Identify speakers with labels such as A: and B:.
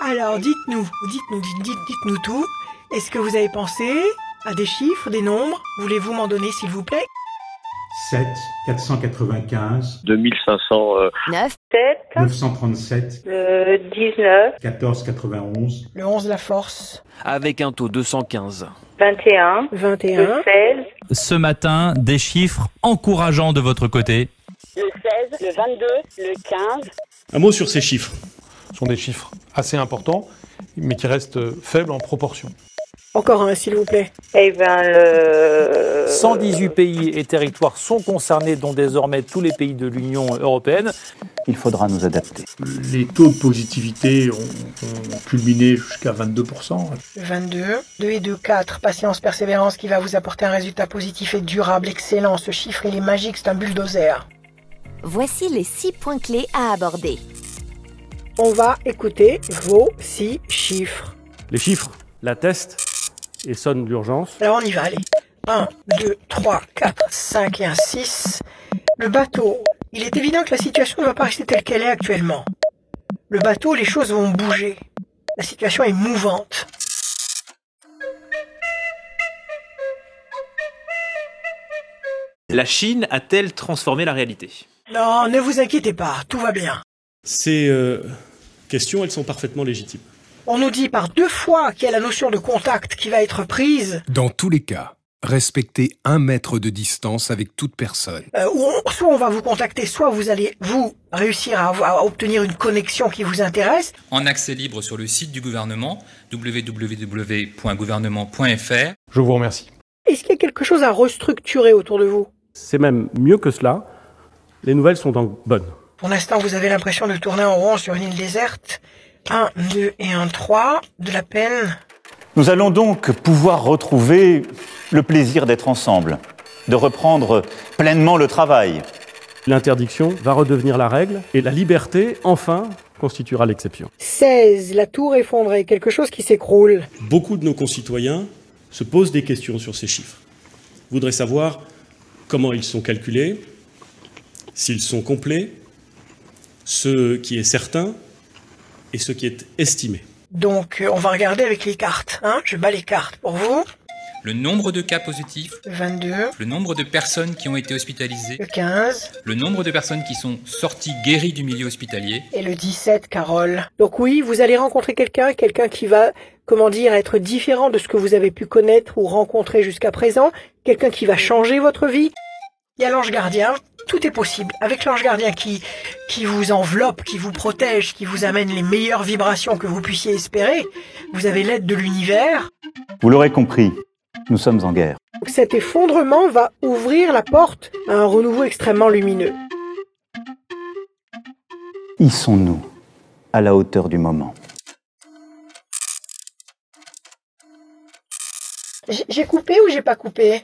A: Alors, dites-nous, dites-nous, dites- dites- dites-nous tout. Est-ce que vous avez pensé à des chiffres, des nombres Voulez-vous m'en donner, s'il vous plaît
B: 7 495
C: 2500 euh,
D: 9,
E: 7,
B: 937
E: euh, 19,
B: 14 91
A: Le 11, la force.
F: avec un taux 215.
E: 21, le
A: 21.
E: 16,
G: Ce matin, des chiffres encourageants de votre côté.
H: le 16, le 22, le 15,
I: Un mot sur ces chiffres.
J: Ce sont des chiffres assez importants, mais qui restent euh, faibles en proportion.
A: Encore un, s'il vous plaît.
E: et ben euh, le...
K: 118 pays et territoires sont concernés, dont désormais tous les pays de l'Union européenne.
L: Il faudra nous adapter.
J: Les taux de positivité ont, ont culminé jusqu'à 22%.
A: 22. 2 et 2, 4. Patience, persévérance qui va vous apporter un résultat positif et durable. Excellent. Ce chiffre, il est magique. C'est un bulldozer.
D: voici les 6 points clés à aborder.
A: On va écouter vos six chiffres.
K: Les chiffres l'attestent et sonnent l'urgence.
A: Alors, on y va, allez. 1, 2, 3, 4, 5 et un 6. Le bateau. Il est évident que la situation ne va pas rester telle qu'elle est actuellement. Le bateau, les choses vont bouger. La situation est mouvante.
M: La Chine a-t-elle transformé la réalité
A: Non, ne vous inquiétez pas, tout va bien.
I: Ces euh, questions, elles sont parfaitement légitimes.
A: On nous dit par deux fois qu'il y a la notion de contact qui va être prise,
N: Dans tous les cas, respectez un mètre de distance avec toute personne.
A: euh, où on- soit on va vous contacter, soit vous allez, vous, réussir à, avoir- à obtenir une connexion qui vous intéresse.
O: en accès libre sur le site du gouvernement www.gouvernement.fr.
J: Je vous remercie.
A: Est-ce qu'il y a quelque chose à restructurer autour de vous
K: C'est même mieux que cela. Les nouvelles sont donc bonnes.
A: Pour l'instant, vous avez l'impression de tourner en rond sur une île déserte. 1, 2 et 1, 3, de la peine.
L: Nous allons donc pouvoir retrouver le plaisir d'être ensemble, de reprendre pleinement le travail.
K: L'interdiction va redevenir la règle et la liberté, enfin, constituera l'exception.
A: 16, la tour effondrée, quelque chose qui s'écroule.
I: Beaucoup de nos concitoyens se posent des questions sur ces chiffres. Voudraient savoir comment ils sont calculés, s'ils sont complets, ce qui est certain et ce qui est estimé.
A: Donc, euh, on va regarder avec les cartes. Hein Je bats les cartes pour vous.
O: Le nombre de cas positifs,
A: 22,
O: le nombre de personnes qui ont été hospitalisées,
A: le 15
O: le nombre de personnes qui sont sorties guéries du milieu hospitalier,
A: et le 17, Carole. Donc oui, vous allez rencontrer quelqu'un, quelqu'un qui va, comment dire, être différent de ce que vous avez pu connaître ou rencontrer jusqu'à présent, quelqu'un qui va changer votre vie. Il y a l'ange gardien, tout est possible. Avec l'ange gardien qui, qui vous enveloppe, qui vous protège, qui vous amène les meilleures vibrations que vous puissiez espérer, vous avez l'aide de l'univers.
L: Vous l'aurez compris, nous sommes en guerre.
A: Donc Cet effondrement va ouvrir la porte à un renouveau extrêmement lumineux.
L: Hissons-nous à la hauteur du moment.
A: J'ai coupé ou j'ai pas coupé